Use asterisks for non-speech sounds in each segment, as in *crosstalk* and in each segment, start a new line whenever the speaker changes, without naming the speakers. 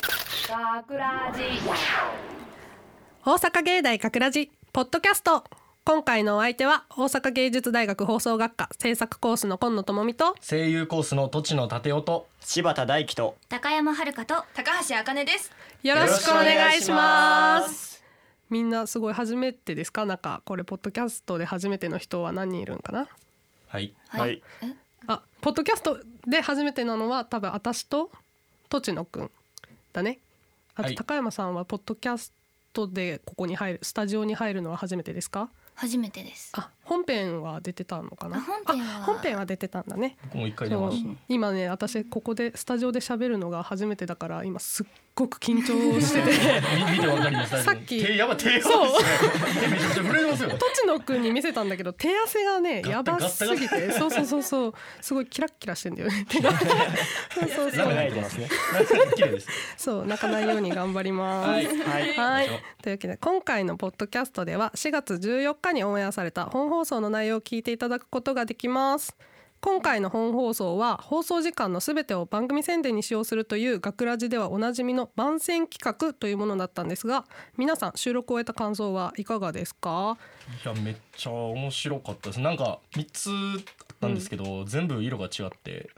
かくらじ
大阪芸大かくらじポッドキャスト今回のお相手は大阪芸術大学放送学科制作コースの今野智美と
声優コースの土地の立夫と
柴田大樹と
高山遥と
高橋あかねです
よろしくお願いしますみんなすごい初めてですかなんかこれポッドキャストで初めての人は何人いるんかな
はい
はい、
あポッドキャストで初めてなのは多分私と栃野くんだねあ
は
と
い
高山さんはポッドキャストでここに入るスタジオに入るのは初めてですか
初めてです
あ本編は出てたのかな
あ本編は
あ本編は出てたんだね
僕も一回出
そ
ま
う
した
今ね私ここでスタジオで喋るのが初めてだから今すっごく緊張して
*laughs*
て
み見てわかりま
*laughs*
す
さっき
手やばい手やばい
そう
手めちゃくちゃ震え
*laughs*
てますよ
栃野くんに見せたんだけど手汗がねや
ガッタ
ば
ガッタ
すぎてそうそうそうそうすごいキラッキラしてんだよね手がそうそうそ
舐めな
う
いでます *laughs* ね
綺麗です
そう泣かないように頑張ります、
はい
はい
はい
行きましょ、
というわけで今回のポッドキャストでは4月14日にオンエアされた本放送の内容を聞いていただくことができます今回の本放送は放送時間のすべてを番組宣伝に使用するという学ラジではおなじみの番宣企画というものだったんですが皆さん収録を終えた感想はいかがですか
いやめっちゃ面白かったですなんか三つあったんですけど、全部色が違って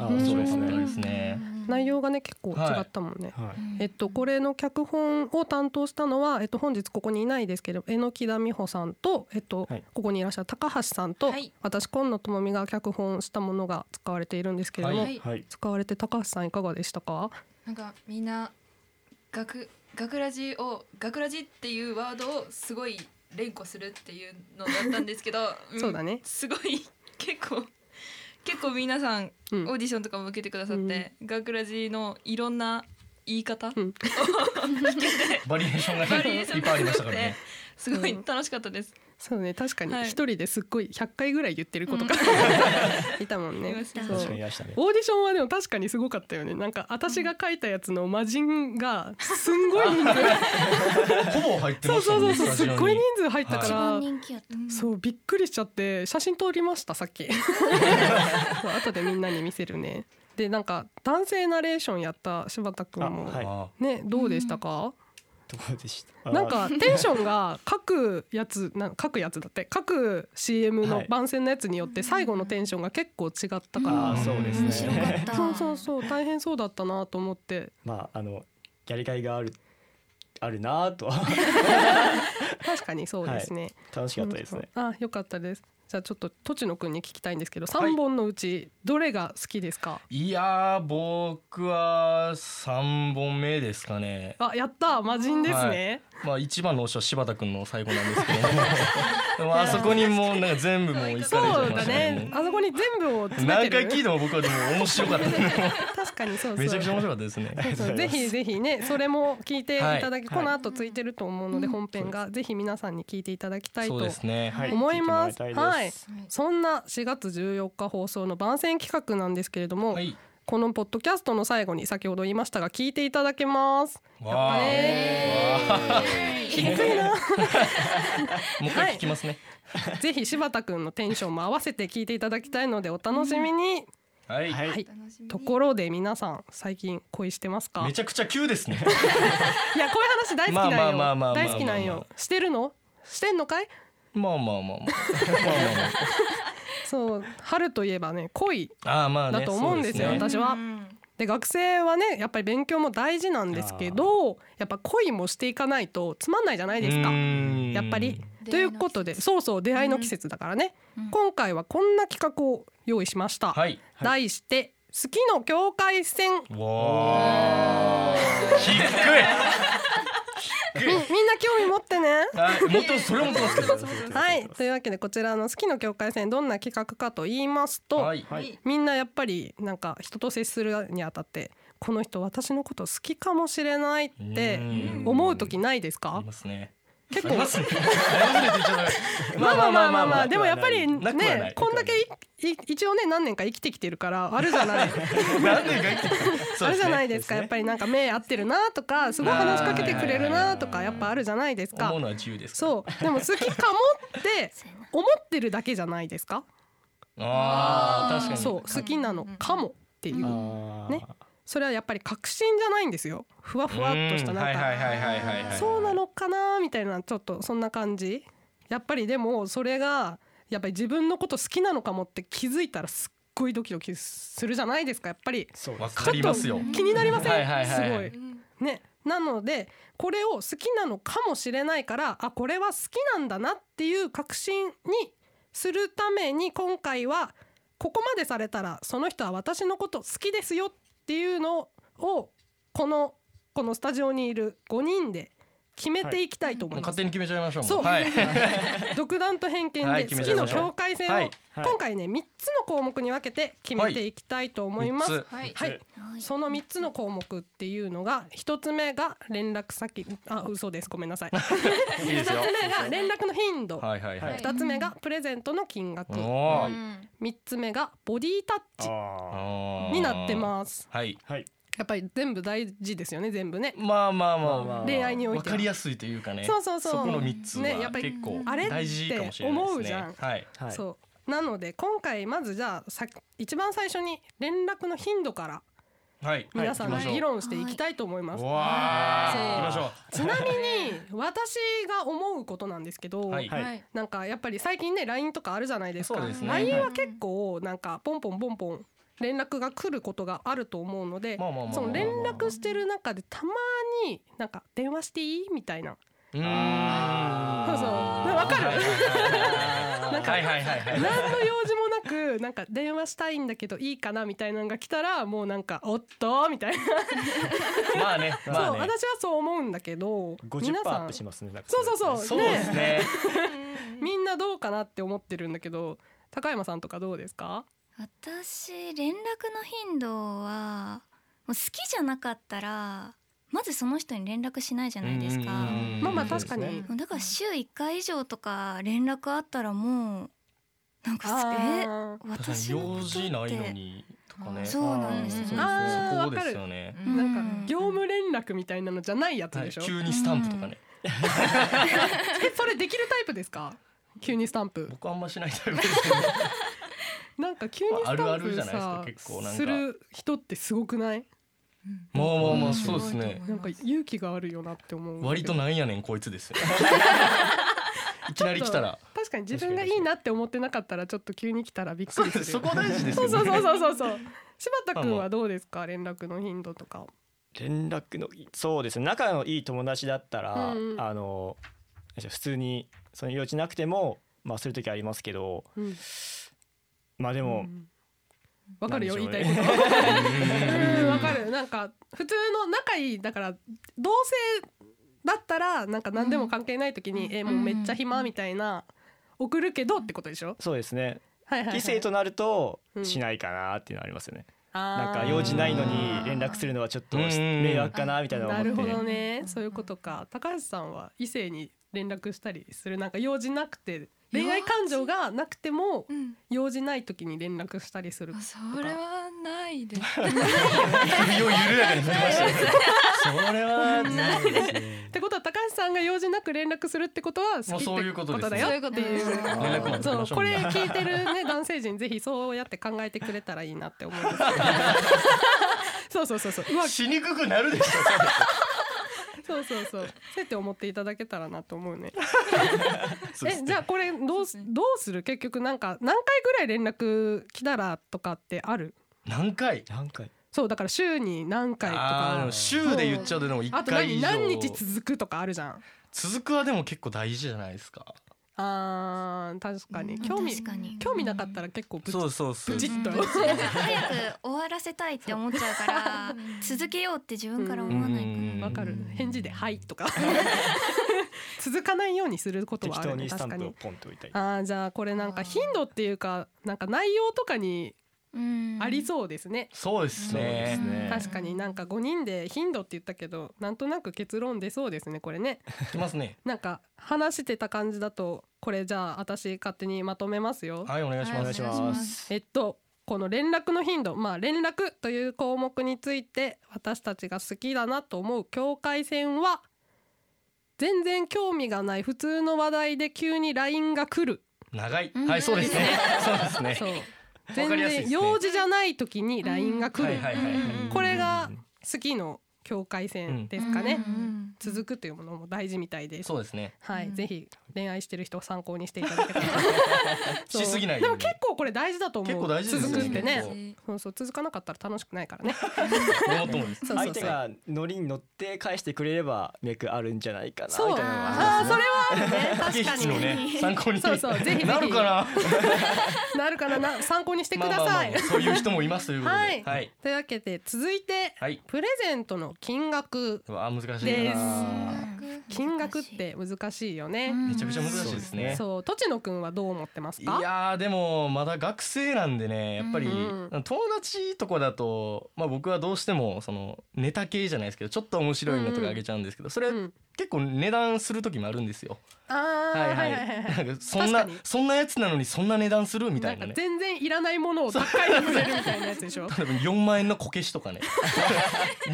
あ
ん
そう
面
です
白かったで
ね
すね
内容がね結構違ったもんね、
はい
えっと、これの脚本を担当したのは、えっと、本日ここにいないですけど榎田美穂さんと、えっと
はい
ここにいらっしゃる高橋さんと、
はい
私今野智美が脚本したものが使われているんですけれども、
はい
はい
使われて高橋さんいかがでしたか
なんかみんな学学ラジを学ラジっていうワードをすごい連呼するっていうのだったんで
*laughs*
すけど、ん
そうだね
すごい結構結構皆さん
う
オー
ん
ディションとかも受けてくださって、学ラジのいろんな言い方、
うん
バリエーションが
バリエ
ね
ーシ
い
ョ
っ
ン
ぱい
が
あり
す
ましたか
ごく
ら
て
ね
すごい
うん
楽しかったです。
そうね確かに
はい
一人ですっごい100回ぐらい言ってる子とか、いたもん
い
ね
ま。した
そう
確かにいましたね
オーディションはでも確かにすごかったよねなんか私が書いたやつの魔人がすんごい人数
ほぼ入って
そ
ま
う
した
そ
も
う
んね
そうそう
スタ
す
ジオ
っ
に
ごい人数入ったか
一
ら、
番人気やった
そうびっくりしちゃって写真撮りましたさっきそう後でみんなに見せるねでなんか男性ナレーションやった柴田君も、
あはい
あ
ねどうでしたか、
どうでした
*laughs* なんかテンションが各やつなん各やつだって各 CM の
はい
番宣のやつによって最後のテンションが結構違ったから、
あーそうですね
面白かった
そうそうそう大変そうだったなと思って
まああのやりがいがあるあるなぁと
*laughs* 確かにそうですね、
楽しかったですね
あよかったですじゃあちょっと栃野くんに聞きたいんですけど3本のうちどれが好きですか、
いやー僕は三本目ですかね
あ、やった、魔人ですね。
まあ一番の推しは柴田君の最後なんですけども
*laughs*
でもあそこにもうなんか全部もう行
そ
かれちゃいうま
だ
したね
ね。あそこに全部を詰め
何
てる。
回聞いても僕はでも面白かった
確かにそうそう。
めちゃくちゃ面白かったですね
ありがとう
そう
ござ
ぜ
います
ひぜひねそれも聞いていただき、
はい
この後ついてると思うので、本編がぜひ皆さんに聞いていただきたい
そ
と
うですね
はい
思います
聞てもら
はい
た
い
です
そんな4月14日放送の番宣企画なんですけれども、
はい
このポッドキャストの最後に先ほど言いましたが聞いていただけますやっ
わ
ぱ
あ
ねきついな
もう一回聞きますね
ぜひ柴田くんのテンションも合わせて聞いていただきたいのでお楽しみに、
はい、
はい
はい
楽しみ
ところで皆さん最近恋してますか
めちゃくちゃ急ですね
いやこういう話大好きなん
まあまあま
よ
あまあまあまあ
大好きなんよしてるのしてんのかい
まあまあまあまあま
そう春といえばね恋
あまああーまあね
だと思うんですよ
そ
私は
うん
で学生はねやっぱり勉強も大事なんですけどやっぱ恋もしていかないとつまんないじゃないですか
うーん
やっぱり
出
と
会
い
いうの季節
ことでそうそう出会いの季節だからね、
うん
今回はこんな企画を用意しました、
はい
題して好きの境界線
*laughs*
*laughs*
わあ低い
みみんな興味持ってね
はいもっとそれもそうですけど
はいというわけでこちらの好きの境界線どんな企画かと言いますと、
はい
はい
みんなやっぱりなんか人と接するにあたってこの人私のこと好きかもしれないって
うん
思う時ないです
あ
か
りますね
結
あり
構
ますねありますねって言っちゃダメ
*laughs* まあまあまあまあまあでもやっぱり
なくはない
ねこんだけいい一応ね何年か生きてきてる
*laughs*
からあるじゃない
なんでかって
あるじゃないですかやっぱりなんか目合ってるなとかすごい話しかけてくれるなとかやっぱあるじゃないですか
思うのは自由ですから
そうでも好きかもって思ってるだけじゃないですか
ああ確かに
そう好きなのかもっていう
あー
ねそれはやっぱり確信じゃないんですよふわふわっとした
うんは
なん
いは
か
いはいはいはいはい
そうなのかなみたいなちょっとそんな感じやっぱりでもそれがやっぱり自分のこと好きなのかもって気づいたらすっごいドキドキするじゃないですかやっぱり
そう
わ
です
かりますよ
ちょっ
気になりません、
はいはいはい
すごいねなのでこれを好きなのかもしれないからあこれは好きなんだなっていう確信にするために今回はここまでされたらその人は私のこと好きですよっていうのをこのこのスタジオにいる5人で決めていきたいと思い
も
うま
勝
す、
手に決めちゃいましょうも
そう *laughs*
はい、
独断と偏見
は
で
い決
好
め
き
ちゃい
の
ましょう
境界線を、
はい
はい
今回ね3つの項目に分けて決めていきたいと思います、
三つ
はい
はい
はい
その3つの項目っていうのが1つ目が連絡先あ嘘ですごめんなさい2
いいですよ
つ目が *laughs* 連絡の頻度、
はいはいはい
い
2つ目がプレゼントの金額
お
う
おー
ん
3つ目がボディタッ
あ
あ
チ
ー
になってます
はい
ーはい
やっぱり全部大事ですよね全部ね
まあまあまあ
まあまあ
恋愛におい
わ
て
かりやすいというかね
そうそうそう
そこの三つ
ねやっ
は
ぱり
結構
あれって
大事かもしれないです
思う
ね
じゃん
はい
はい
そうなので今回まずじゃあさ一番最初に連絡の頻度から
はい
皆さん
はい
で議論していきたいと思います、
うわー行きましょ
ちなみに私が思うことなんですけど、
うはい
はい
はい
なんかやっぱり最近ね LINE とかあるじゃないですか
そうですね
LINE
は
は結構なんかポンポンポンポン連絡が来ることがあると思うので
まあまあまあまあまあ
その連絡してる中でたまになんか電話していいみた
*laughs*
いな
うーん
そうそうわかる
はいはい
なんか
はいはいはいはい
何の用事もなくなんか電話したいんだけどいいかなみたいなのが来たらもうなんかおっとみたいな、
まあねまあ
そう
ね
私はそう思うんだけど
50%
皆
アッ
さん
プしますねなんか
そうそうそう
そうですね
*laughs* みんなどうかなって思ってるんだけど高山さんとかどうですか
私連絡の頻度はもう好きじゃなかったらまずその人に連絡しないじゃないですか
うんうんうん
まあまあ確かに
そうですね
もうだから週1回以上とか連絡あったらもうなんかすえ
あー
確かに
私の
用
こと
事ないの
って
にとかね
そうなんですよ
そ
あー
そこですよね
うん
な
うん
んか業務連絡みたいなのじゃないやつ
は
で
い
しょ、
急にスタンプとかね
えそれできるタイプですか急にスタンプ
僕あんましないタイプですけど
なんか急にスタ
まああ
ン
るある
プ
じゃないです
さ
か結構なんか
する人ってすごくない
まあまあまあ
ん
そうですね
なんか勇気があるよなって思う
割と
な
なんやねんこい
*laughs*
つですよいきなり来たら
確かに自分がいいなって思ってなかったらちょっと急に来たらびっくりする
そこ大事です
そ
よ
う
ね
そうそうそうそうそう柴田君はどうですか連絡の頻度とか
連絡のそうですね仲のいい友達だったら、
うんうん
あの普通にその用事なくてもまあする時ありますけど
うん
まあでも、
うんわかるよ、
なん
言いた
で
い
しょうね
こと *laughs* うんわかるなんか普通の仲いいだから同性だったらなんか何でも関係ない時に、えもうめっちゃ暇みたいな送るけどってことでしょ、
そうですね
はいはいはい、
異性となると
うん
しないかなっていうのはありますよね、
な
なんか用事ないのに連絡するのはちょっと
うん
迷惑かなみたいなのを
な
思
る
って
ほどねそういうことか高橋さんは異性に連絡したりするなんか用事なくて恋愛感情がなくても
うん
用事ない時に連絡したりする
あそれはないです
首を緩やかに振りましたねそれ
*laughs*
はないです
ってことは高橋さんが用事なく連絡するってことは好きっ
まあ
て
そういうこ
こと
で
と
すね
だよっていう。
連絡も
そ
ま
う
しょう
これ聞いてるね男性陣ぜひそうやって考えてくれたらいいなって思
*laughs*
うんですけどそうそうそうそううわ
しにくくなるでしょ
そうそうそうそうやって思っていただけたらなと思うね
そうです
えじゃあこれどうす
そうですね
どうする結局なんか何回ぐらい連絡来たらとかってある
何回
何回
そうだから週に何回と
あーで
か
も週で言っちゃうとでも一
あと
回以
何
上
何日続くとかあるじゃん
続くはでも結構大事じゃないですか
あー確かに
うん
興味
確かに
興味なかったら結構ぶち
そうそうそう
ブチッと
うん
なんか早く終わらせたいって思っちゃ
*laughs*
うから続けようって自分から思わないか
うん
な
わかる返事で「はい」とか *laughs* 続かないようにすること
適
はある
当
ね
にス
確
タン
か
プを
に。
ポンと置いたり
あーじゃあこれなんか頻度っていうかなんか内容とかに
うん
ありそうですね、
そうです
そうです
ね
ね
確かになんか5人で頻度って言ったけどなんとなく結論出そうですねこれね
きますね
なんか話してた感じだとこれじゃあ私勝手にまとめますよ
はいお願いし
お
ま
願
す
いします
えっとこの連絡の頻度まあ連絡という項目について私たちが好きだなと思う境界線は全然興味がない普通の話題で急に LINE が来る
長い
うん
はいそうですねそうですね
そう
*laughs* わ
全
かりやすいです
然
ね
用事じゃない時に LINE が来
は
る
いはいはいはい
これがスキーの境界線ですかね、
うんうん
続くというものも大事みたいです。
そうですね。
はい、
うん
ぜひ恋愛してる人を参考にしていただ
*laughs*
けたらそう
しすぎない
で
よう
も
に。
結構これ大事だと思う
結構大事です
続
ね
くってね
結
そうそう続かなかったら楽しくないからね
ごもっともです。
そうそうそう
相手がノリに乗って返してくれれば脈あるんじゃないかなみた
そ
いうなのは
あーそれはあるね確か
駆け引きの
に、
ね参考に
そうそうぜひぜひ
なるかな。
なるかなな参考にしてください、
まあまあまあそういう人もいますということで。
はい
はい。
というわけで続いて
はい。
プレゼントの金額
うわ難しいな。
です
あ
金額って難しいよね、
ーめちゃくちゃ難しいですね。
そうとちのくんはどう思ってます
い
か
やーでもまだ学生なんでねやっぱり
うん
友達とかだと、まあ、僕はどうしてもそのネタ系じゃないですけどちょっと面白いのとかあげちゃうんですけどそれ
うん、
結構値段する時もあるんですよ。
あー
はいは
はいはいはい
い。なんかそんな
確かに
そんなやつなのにそんな値段するみたいな
なん
ね
か。全然いらないものを高いの売れるみたいなやつ
*laughs*
でしょ
多分4万円のこけし
*laughs*
とかね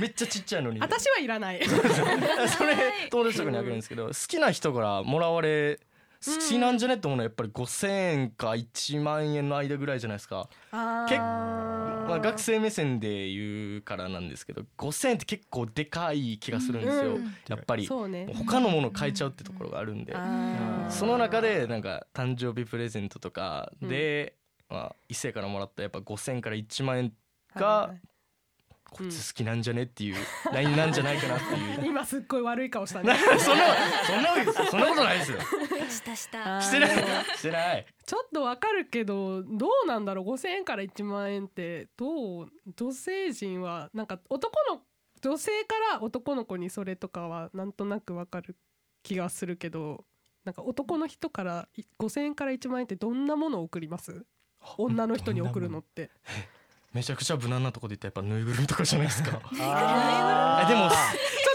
めっちゃちっちゃいのに
私はいら
*laughs*
ない
それ友達とかにあげるんですけど好きな人からもらわれ好きなんじゃねってものはやっぱり5,000円か1万円の間ぐらいじゃないですか、
あ
結
ー
構まあ、学生目線で言うからなんですけど5,000円って結構でかい気がするんですよ、
うん
やっぱり
そうね
他のもの買えちゃうってところがあるんで、
あー
その中でなんか誕生日プレゼントとかで、まあ、異性からもらったやっぱ5,000円から1万円がこっち好きなんじゃねっていうラインなんじゃないかなってい
*laughs*
う。*laughs*
今すっごい悪い顔したね
そんなそんなことそんなことないですよ。
したし
*laughs*
た
してないしてない。
ちょっとわかるけどどうなんだろう5,000円から1万円ってどう女性陣はなんか男の女性から男の子にそれとかはなんとなくわかる気がするけどなんか男の人からい5,000円から1万円ってどんなものを送ります女の人に送るのって
めちゃくちゃ無難なとこで言ったらやっぱぬいぐるみとかじゃないですか。
あ
あでも
ちょっ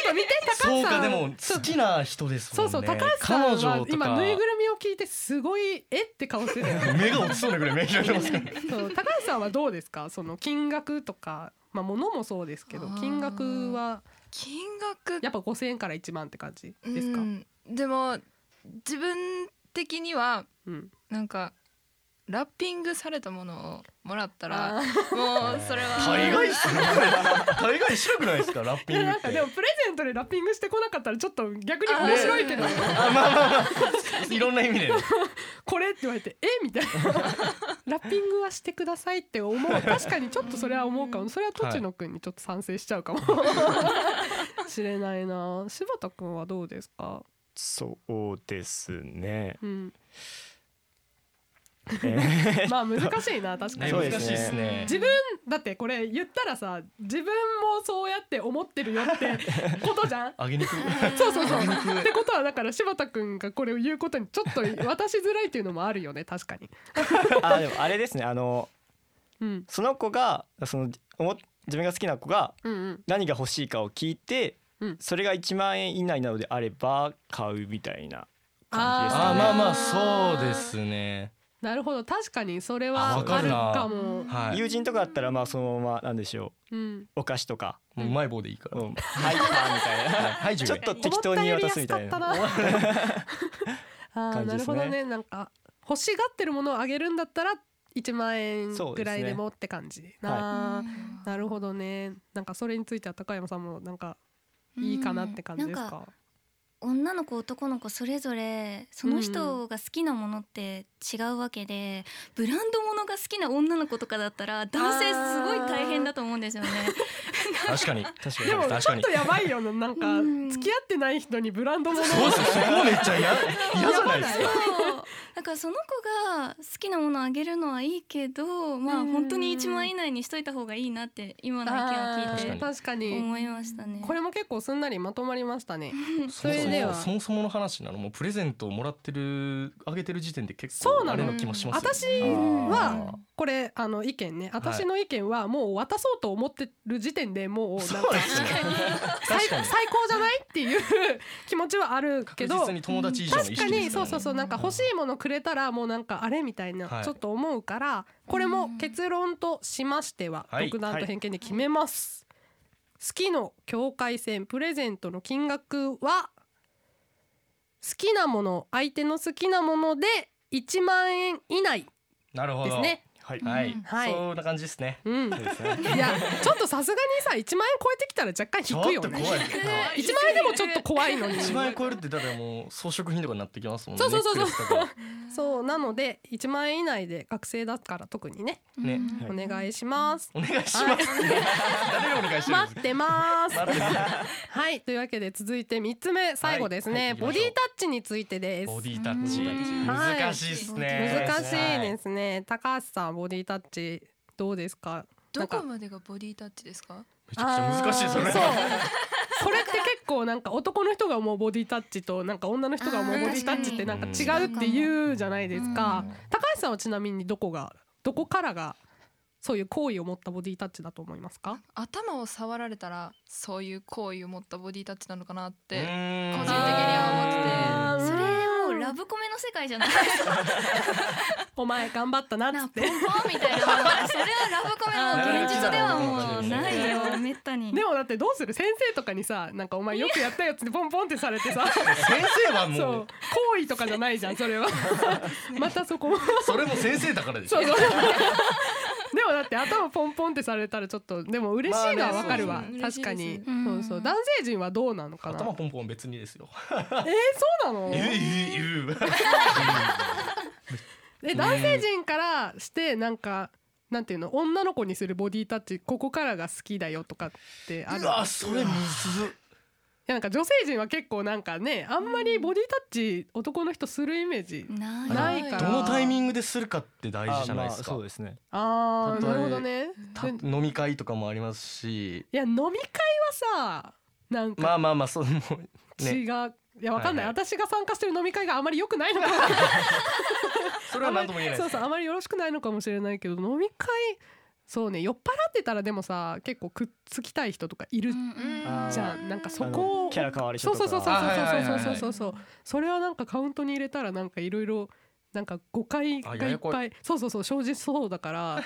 と見て高
そう
橋さ
か
ん
でも好きな人です
そ
も
うん
ね。
そう高橋さん
彼
は
女と
今
か
ぬいぐるみを聞いてすごいえって顔してたよね
*laughs* 目が落ちそうなぐらい目開いてますから。
そう高橋さんはどうですかその金額とか、まあ、物もそうですけど
あー
金額は
金額
やっぱ5,000円から1万って感じですか、
う
うん
んでも自分的にはなんかラッピングされたものをもらったらも
あ
う
*laughs*
ー
それ
*laughs* 大概
は
する。大概白くないですかラッ
い
ピン
や
グ
な
っ
んか
て。
でもプレゼントでラッピングしてこなかったらちょっと逆に面白いけど
あ
あまあまあまあいろんな意味で。
これって言われてえみたいな *laughs* ラッピングはしてくださいって思う確かにちょっとそれは思うかもそれはとちのくんにちょっと賛成しちゃう *laughs* かもしれないな柴田くんはどうですか、
そうです *laughs* ね。
うん、
えー
まあ難しいな確かに
そう
難
で
し
すね
いですね。
自分だってこれ言ったらさ自分もそうやって思ってるよ *laughs* ってことじゃん
あげにくい。
そうそうそうってことはだから柴田君がこれを言うことにちょっと渡しづらいっていうのもあるよね確かに、
あでもあれですねあの
うん、
その子がそのおも自分が好きな子が
うんうん
何が欲しいかを聞いて、
うん
それが1万円以内なのであれば買うみたいな感じです
あ
かね。
まあまあそうですね。
なるほど確かにそれ
あ
はあ
わか
る
るな
かも
はい。
友人とかだったらまあそのままなんでしょ
うん
うお菓子とか、
もううまい棒でいいか
う
ら。
ん、ハイパーみたい *laughs* な。
はい10円
ちょっと適当に渡すみたいな
思ったより安か
*laughs*
ったなあー
感じ
な
で
る
す
ほど
ね
ねなんか欲しがってるものをあげるんだったら1万円
そう
ぐ
です
ら
ね
いでもって感じ、なあなるほどねなんかそれについては高山さんもなんかいいかなって感じです
うんなん
か。
女の子男の子それぞれその人が好きなものって違うわけで、ブランドものが好きな女の子とかだったら男性すごい大変だと思うんですよね。
確かに
確か
でも
に
確
ちょ
か
っ
に
と。やばいよねなんか
うん
付き合ってない人にブランドもの
そうっすそこめっちゃ嫌嫌じゃないですか。
*laughs* そうだからその子が好きなものあげるのはいいけどまあ
うん
本当に1万円以内にしといた方がいいなって今の意見を聞い
あー
確
て
か
確かに
思いましたね。
これも結構すんなりまとまりましたね。
そもそ
それでは
もそもそもの話なのもうプレゼントをもらってるあげてる時点で結
そう
構
な
あ
の
れな気もしますよ
私
うん
はこれあの意見ね私の意見はもう渡そうと思ってる時点でもうなんか
そうですね
最
確か
最
に
高じゃないっていう気持ちはあるけ
確
ど
実に友達以上の意
確
識
か
で
に
すか
そう
ら
そう
ね
そうなんか欲しいものくれたらもうなんかあれみたい
は
ないちょっと思うからこれも結論としましては
はい
独断と偏見で決めます。好きの境界線プレゼントの金額は好きなもの相手の好きなもので1万円以内
なるほ
です
ど
ね。
はい、
はい、
はい
そんな感じですね。
うん
そうですね
いやちょっとさすがにさ1万円超えてきたら若干
ち
引
ょ
く
っ
よ
と
ね
怖い。
*laughs* 1万円でもちょっと怖いのに
一万円超えるってだからもう装飾品とかになってきますもんね。
そうそうそうそう
ネックレスとか
そうなので1万円以内で学生だから特にね
ね
うん
お願いします
お願いします。誰がお願いしてるん
待
で
ってます
すか。待ってます
はいというわけで続いて3つ目最後ですね、
はいはい
ボディタッチについてです
ボディタッチ
うん
難しいですね。
難しいですね、高橋さんボディタッチどうですか
ど
な
こ
んか
までがボディタッチですか？
めちゃくちゃ難しいですよね
あー。そうそれって結構なんか男の人が思うボディタッチとなんか女の人が思うボディタッチってなんか違うって言うじゃないですか、
うん
高橋さんはちなみにどこがどこからがそういう好意を持ったボディタッチだと思いますか
頭を触られたらそういう行為を持ったボディタッチなのかなっ
う
て。
ーん
個人的には
それもうラ
ブ
ブコメの世界じゃないですか。
お前頑張ったな
な
っ
ん
つっ
かポ
て
ンポンみたいな。それはラブコメの現実ではもうないよ。めったに。
でもだってどうする先生とかにさなんかお前よくやったやつでポンポンってされてさ
先生は
そ
も
う
う
行為とかじゃないじゃんそれはまたそこも
それも先生だからです
そうそうでもだって頭ポンポンってされたらちょっとでも嬉しいのはわかるわ、
まあね
確か
そう
に
です
ね
そうそう男性陣はどうなのかな
頭ポンポン別にですよ。
えー、そうなの
ええええ
で男性陣からしてなんかなんていうの女の子にするボディタッチここからが好きだよとかってある
うわそれむずっ。
いやなんか女性陣は結構なんかねあんまりボディタッチ男の人するイメージ、
ない。
ないから
どのタイミングでするかって大事じゃないです
あ
か
まあそう。ですね。
あー
たとえ
なるほどね
た飲み会とかもありますし。
いや飲み会はさなん
ま
か
あまあまあそうもう
違
ね
う、いやわかんない、
はい
私が参加してる飲み会があまり良くないのかも
それは何とも *laughs* 言えない
そ
で
う
す
そうあまりよろしくないのかもしれないけど飲み会そうね酔っ払ってたらでもさ結構くっつきたい人とかいる
あー
じゃん、なんかそこ
あ
を
のキャラ変わり
そうそうそうそう
あはいはいはい
そ
は
う
い
そうそうそうそうそれはなんかカウントに入れたらなんかいろいろなんか誤解が
あ
いっ
や
ぱい
やこい
そうそうそう生じそうだから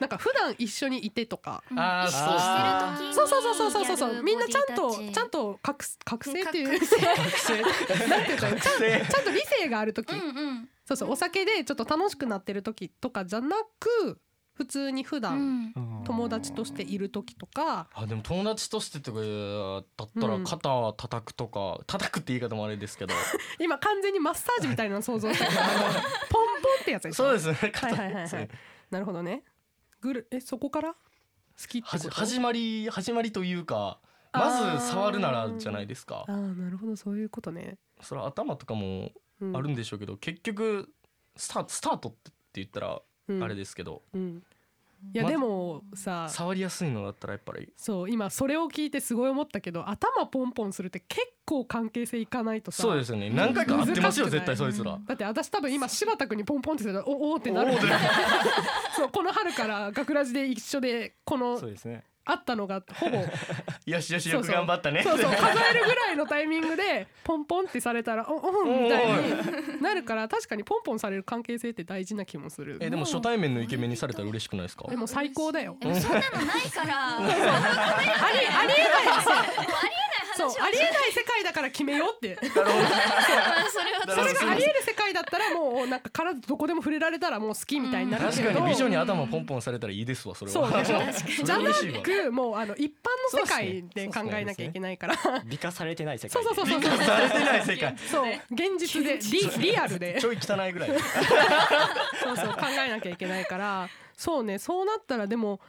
なんか普段一緒にいてとか
あーそうですね
してる時に
そうそうそうそうそうそう
やる
みんなちゃん
ボ
と
ディタッチ
ちゃんと覚覚醒っていう
覚
*laughs* なんていうかちゃんちゃんと理性がある時、
うんうん。
そうそうお酒でちょっと楽しくなってる時とかじゃなく普通に普
う
段
ん。
うん
友達としている時とか、
あでも友達としてとかだったら
うん
肩を叩くとか、叩くって言い方もあれですけど
今完全にマッサージみたいなの想像
*laughs*
したけどあのポンポンってやつでしょ
そうですね
はい
肩
はいはい
そ
は
う
いなるほどねぐるえそこから好きってこ
はじ
と
始まり始まりというかま
あー
ず触るならじゃないですか
あーなるほどそういうことね、
それは頭とかも
うん、
あるんでしょうけど、結局スタスタートって言ったら
うん
あれですけど、
うんいや
ま
でもさ
触りやすいのだったらやっぱり
そう今それを聞いてすごい思ったけど頭ポンポンするって結構関係性いかないとさ
そうですよね何回か会ってますよ
難しくな
絶
い
対そいつら、
うん
だって私多分今柴田君にポンポンってするとおおーってなる
おーってな
*laughs* そうこの春から学ラジで一緒でこの
そうですね。
会ったのがほ
*laughs*
ぼ
よしよし
そう
よ
そう
く頑張ったね
そうそう数えるぐらいのタイミングでポンポンってされたらおおんみたいになるから確かにポンポンされる関係性って大事な気もする
えでも初対面のイケメンにされたら嬉しくないですか
でも最高だよ
でもそんなのない *laughs* から。もうあり
ありありえない
えない話
そ
を
うありえない世界だから決めようって
それは
それがありえる世界だったらもうなんか体どこでも触れられたらもう好きみたいになるけ
確
ど
かに美女に頭ポンポンされたらいいですわそれは
そうでしょじゃな
それ嬉しい
くもうあの一般の世界で考えなきゃいけないから
美化されてない世
そ
界
う
で。
そうそうそう
わされてない
*laughs*
世界
そう現実でリリアルで
ちょい汚いぐらい
そうそう考えなきゃいけないからそうねそうなったらでも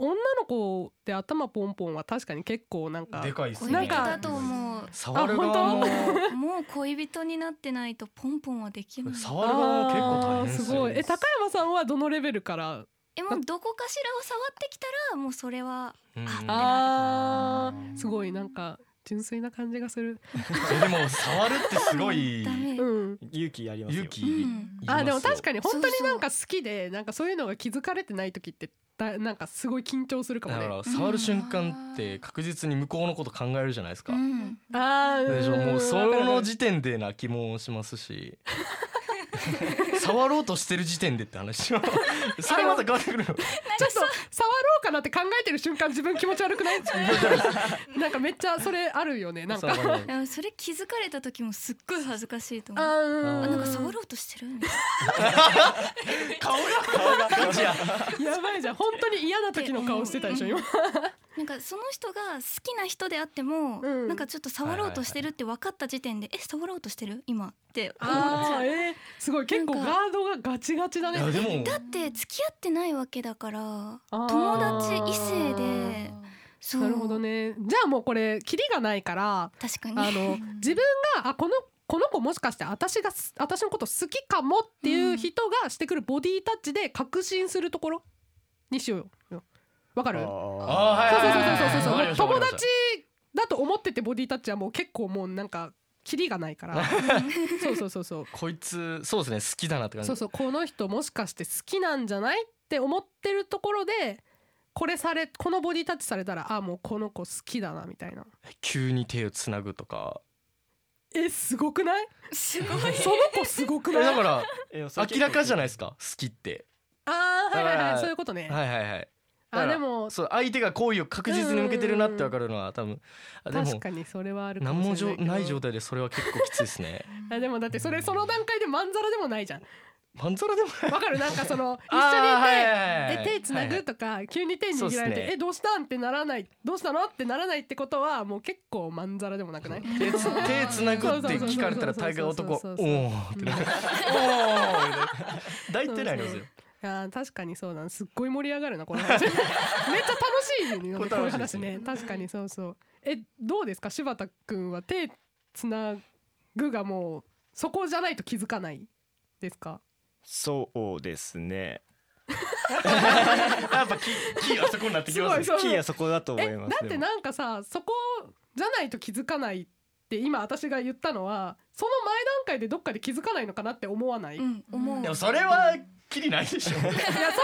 女の子で頭ポンポンは確かに結構なんか
でかいですね
*laughs* 恋人だと思う。
触る側も
あ
もう恋人になってないとポンポンはできない。
触る側も結構大変
あー
ですす
ご
よ
いえ高山さんはどのレベルから
えもうどこかしらを触ってきたらもうそれは
うん
あーすごいなんか純粋な感じがする
えでも触るってすごい
ダメ。
うん
勇気ありますよ。
勇気
う
いり
ん。
ます
あ
よ
でも確かに本当に
そうそう
なんか好きでなんかそういうのが気づかれてない時ってだなんかすごい緊張するかも
だか
ね
ら触る瞬間って確実に向こうのこと考えるじゃないですか、
うん。
あー
でしょ
ん
もうそ
わかるわか
の
る
時点で泣きもしますし *laughs* 触ろうとしてる時点でって話それまた変わってくるの
ちょっと触ろうかなって考えてる瞬間自分気持ち悪くない
*laughs*
なんかめっちゃそれあるよねなんか
そうわかんない
あそれ気づかれた時もすっごい恥ずかしいと
あ
思う。
ー
あなんか
う
触
ん
ろうとしてるみたい
やばいじゃん本当に嫌な時の顔してたでしょ今
ななんかその人が好きな人であっても、
うん
なんかちょっと触ろうとしてるって分かった時点で、え触ろうとしてる今って思っち
あ
ゃ
ー *laughs*
う
えー、すごい結構ガードがガチガチだ
いや
ね
でも
だって付き合ってないわけだから
あー
友達異性でそう
なるほどねじゃあもうこれキリがないから
確かに
あ
*laughs*
の自分があこのこの子もしかして私がす私のこと好きかもっていう人がしてくるボディタッチで確信するところにしようよわかるそうそうそうそうそう
あーはいはいはいはい
そう
わ
そう友
かりました
達だと思っててボディタッチはもう結構もうなんかキリがないから
*laughs*
そうそうそうそう
こいつそうですね好きだなって感じ
そうそうこの人もしかして好きなんじゃないって思ってるところでこれされこのボディタッチされたらあもうこの子好きだなみたいな
急に手をつなぐとか
えすごくない
すごい
その子すごく
え
ない
だから明らかじゃない
い
ですか好きって
あーはいはい
だか
はい
ら
そういうことね、
はいはいはいだか
あ
ら
でも
そう相手が好意を確実に向けてるなって分かるのは多分あで
確
も
かにそれはあるか
何も
も
じ
しれない
ょ
けど
ない状態でそれは結構きついです
*laughs*
ね
あでもだってそれその段階でまんざらでもない
*laughs*
じゃん
まんざらでもない
わかるなんかその一緒にいて、
*laughs* あーはいはいはいは
で
い
手つなぐとか、急に手握られて、
そうっすね
えどうしたんってならないどうしたのってならないってことはもう結構まんざらでもなくない
手つ手
*laughs*
つなぐって聞かれたら大概男お
そうそうそうそう
おーってなるおーみたいな大体なりますよ
いやー確かにそうなんすっごい盛り上がるなこの
*laughs*
話めっちゃ楽しいよね
これ楽しいですね
こういう話ね確かにそうそうえどうですか柴田くんは手つなぐがもうそこじゃないと気づかないですか
そうですね
やっぱキーキーあそこになってきます
すごいそ
ね
う
キーはそこだと思
え
います
だってなんかさそこじゃないと気づかないって今私が言ったのはその前段階でどっかで気づかないのかなって思わない、
う
い
ん思う
でもそれはキリないでしょ
やそう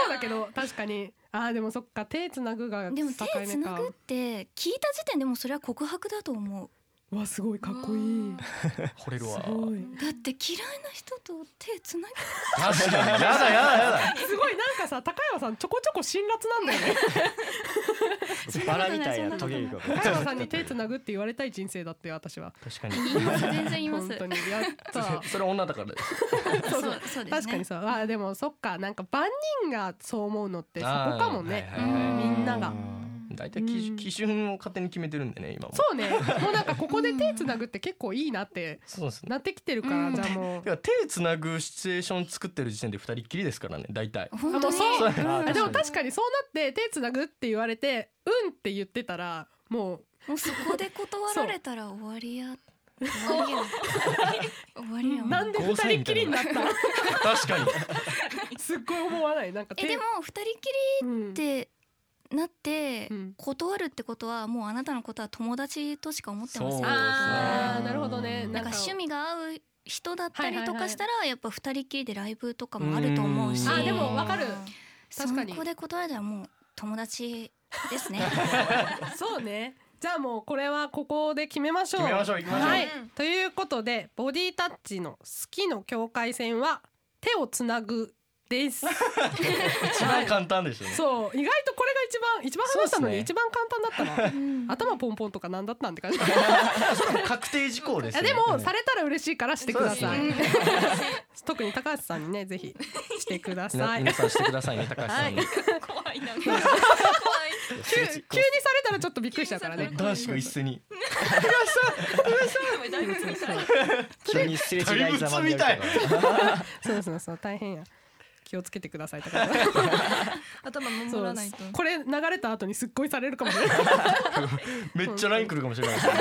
だけど確かにあーでもそっか手つなぐが境
でも
目か
手つなぐって聞いた時点でもうそれは告白だと思う
うわすごいかっこいい
惚れ
す
るわ
ごい
だって嫌いな人と手つなぐ
確かにやだやだやだ
すごいなんかさ高山さんちょこちょこ辛辣なんだよね
バラみたいなトゲが
高山さんに手つなぐって言われたい人生だって私は
確かに
*laughs*
言います全然言います
本当にやった
そそれは女だからです
*laughs* そうそうですね
確かにそうあーでもそっかなんか万人がそう思うのってそこかもね、
あーはいはいはい
みんなが
大体
う
基
ん
準基準を勝手に決めてるんでね今も
そうねもうなんかここで手つなぐって結構いいなって
そうですね
なってきてるから、
うん
じゃあ
*laughs*
もう
だから手つなぐシチュエーション作ってる時点で二人っきりですからね大体
本当に
あもう
そう
あでも
確か
確かにそうなって手つなぐって言われてうんって言ってたらも
もうそこで断られたら終わりや
*laughs*
終わりや終わりや
うなんで二人っきりになった
確かに
すっごい思わないなんか
えでも二人き
うん
りってなって
うん
断るってことはもうあなたのことは友達としか思ってません
そう
あーなるほどね
なんか
なんか
趣味が合う人だったりとかしたらやっぱ二人きりでライブとかも
うん
あると思うし
あーでもわかる
そ
確かに
こで断れたらもう友達で
*laughs*
すね
そうねじゃあもうこれはここで決めましょう
決めましょう行きましょう
はい、ということでボディタッチの好きの境界線は手をつなぐです
一番簡単でしたね
そう意外とこれが一番一番話したのに
そうっ
一
すね
番簡単だったな、
うん
頭ポンポンとかなんだったんって感じ
それも確定事項です
あ
よ
で
ね
も、されたら嬉しいからしてくだ
そう
さい、
で
*laughs* 特に高橋さんにねぜひしてくだ
皆
さい
皆さんしてくださいね高橋さんに、
はい
怖 *laughs* いな。怖い。
急急にされたらちょっとびっくりしちゃうからね
男子が一斉に
大丈夫ですか。
急にすれ違いざまになるから
そうそうそう大変や気をつけてくださいとか
頭
そう
守らないと。
これ流れた後にすっごいされるかもね
めっちゃライン来るかもしれないですね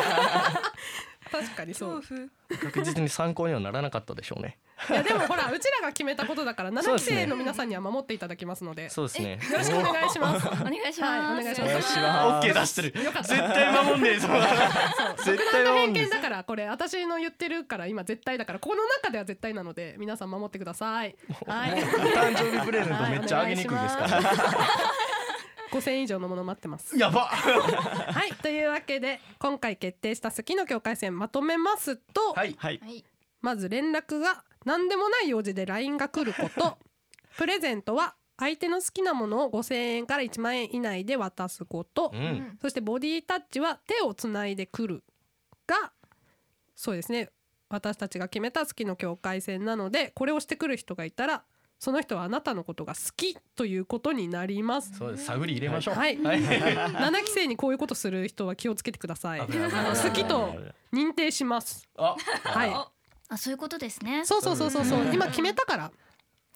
確かにそう
恐怖。
確実に参考にはならなかったでしょうね
いやでもほらうちらが決めたことだから
そ
7
うで
期
すね
生の皆さんには守っていただきますので
そうですね
よろしくお願いします
お願いします、
はいお願いし
お
ま
願い
す
し
オッ
ます
ケー出してる
よかった
絶対守んねえぞ絶対
偏
守んねえ
見
ぞ
だからこれ私の言ってるから今絶対だからここの中では絶対なので皆さん守ってくださいはい
お誕生日プレゼントめっちゃあげにくいですから、
5000円以上のもの待ってます
やば
はいというわけで今回決定した好きの境界線まとめますと、
はい
はい
はい
まず連絡が何でもない用事で LINE が来ること *laughs* プレゼントは相手の好きなものを5,000円から1万円以内で渡すこと、
う
うんん
そしてボディタッチは手をつないでくるがそうですね私たちが決めた好きの境界線なのでこれをしてくる人がいたらその人はあなたのことが好きということになります。
そうです探り入れましょう
はい、
はい
七期生にこういうことする人は気をつけてください。あ
危ない危ない
の好きと認定します。
あ
はい。
あそういうことですね
そうそうそうそうそう。今決めたから。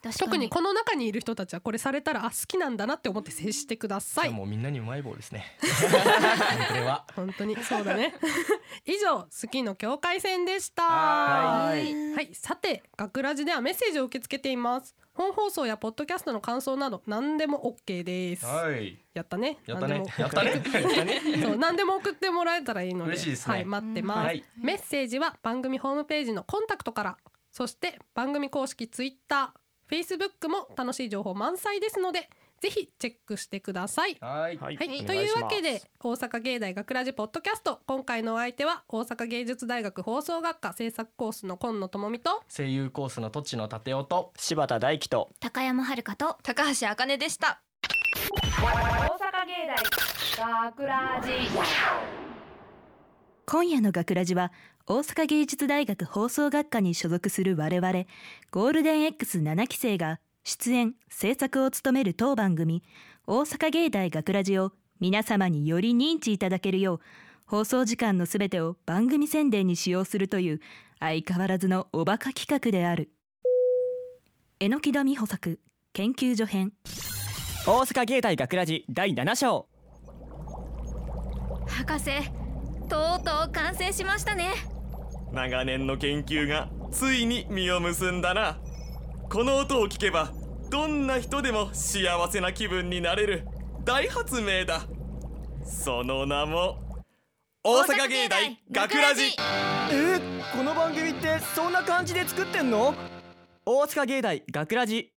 確かに
特にこの中にいる人たちはこれされたらあ好きなんだなって思って接してくださ
じゃあ
い。
もうみんなにうまい棒です *laughs* ねこれは
本当にそうだね。 *laughs* 以上好きの境界線でした。
は
はいさて学ラジではメッセージを受け付けています。本放送やポッドキャストの感想など何でも OK です。
はい
やったね。
やった
何
ね
でも
やったね
そう何でも送ってもらえたらいいので
嬉しいですね
はい、待ってます、
はい
メッセージは番組ホームページのコンタクトからそして番組公式ツイッターフェイスブックも楽しい情報満載ですのでぜひチェックしてください。
はい
はい
は
お
い、
願します
というわけで大阪芸大学ラジポッドキャスト今回のお相手は大阪芸術大学放送学科制作コースの今野智美と
声優コースの土地の立夫と
柴田大樹と
高山遥と
高橋あかねでした
大阪芸大学ラジ
今夜の学ラジは大阪芸術大学放送学科に所属する我々ゴールデン X7 期生が出演制作を務める当番組大阪芸大学ラジを皆様により認知いただけるよう放送時間のすべてを番組宣伝に使用するという相変わらずのおバカ企画である榎木田美穂作研究所編
大阪芸大学ラジ第7章
博士とうとう完成しましたね
長年の研究がついに実を結んだなこの音を聞けばどんな人でも幸せな気分になれる大発明だその名も大阪芸大学ラジ
えー、この番組ってそんな感じで作ってんの大阪芸大学ラジ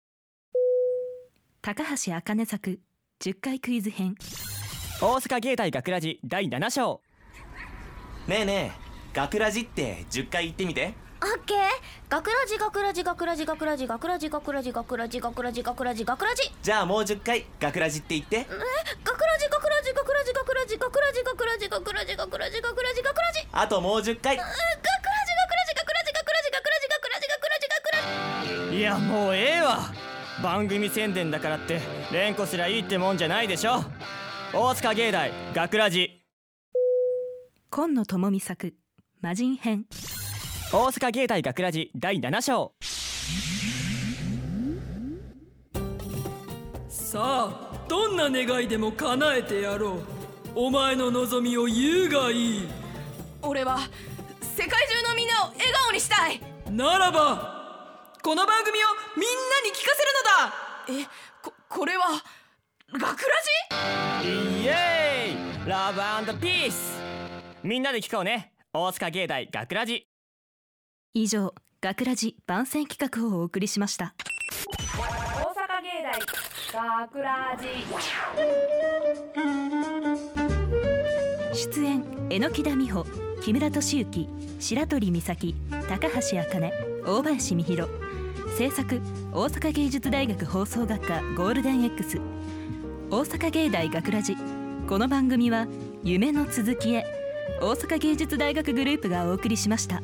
高橋茜作10回クイズ編
大阪芸大学ラジ第7章
ねえねえ学ラジって10回言ってみて
オッケー学ラジ学ラジ学ラジ学ラジ学ラジ学ラジ学ラジ学ラジ学ラジ学ラジ
じゃあもう10回学ラジって言って
学ラジ学ラジ学ラジ学ラジ学ラジ学ラジ学ラジ学ラジ学ラジ学ラジ
あともう10回
学ラジ学ラジ学ラジ学ラジ学ラジ学ラジ学ラジ学ラジ
いやもうええわ番組宣伝だからって連呼すりゃいいってもんじゃないでしょ大阪芸大学ラジ
今野智美作魔人編
大阪芸大学ラジ第7章
さあどんな願いでも叶えてやろうお前の望みを言うがいい
俺は世界中のみんなを笑顔にしたい
ならばこの番組をみんなに聞かせるのだ
えここれは学ラジ
イエーイラブピースみんなで聞こうね大阪芸大学ラジ
以上学ラジ番宣企画をお送りしました
大阪芸大学ラジ
出演榎木田美穂木村敏行白鳥美咲高橋茜大林美弘制作大阪芸術大学放送学科ゴールデン X 大阪芸大学ラジこの番組は夢の続きへ大阪芸術大学グループがお送りしました。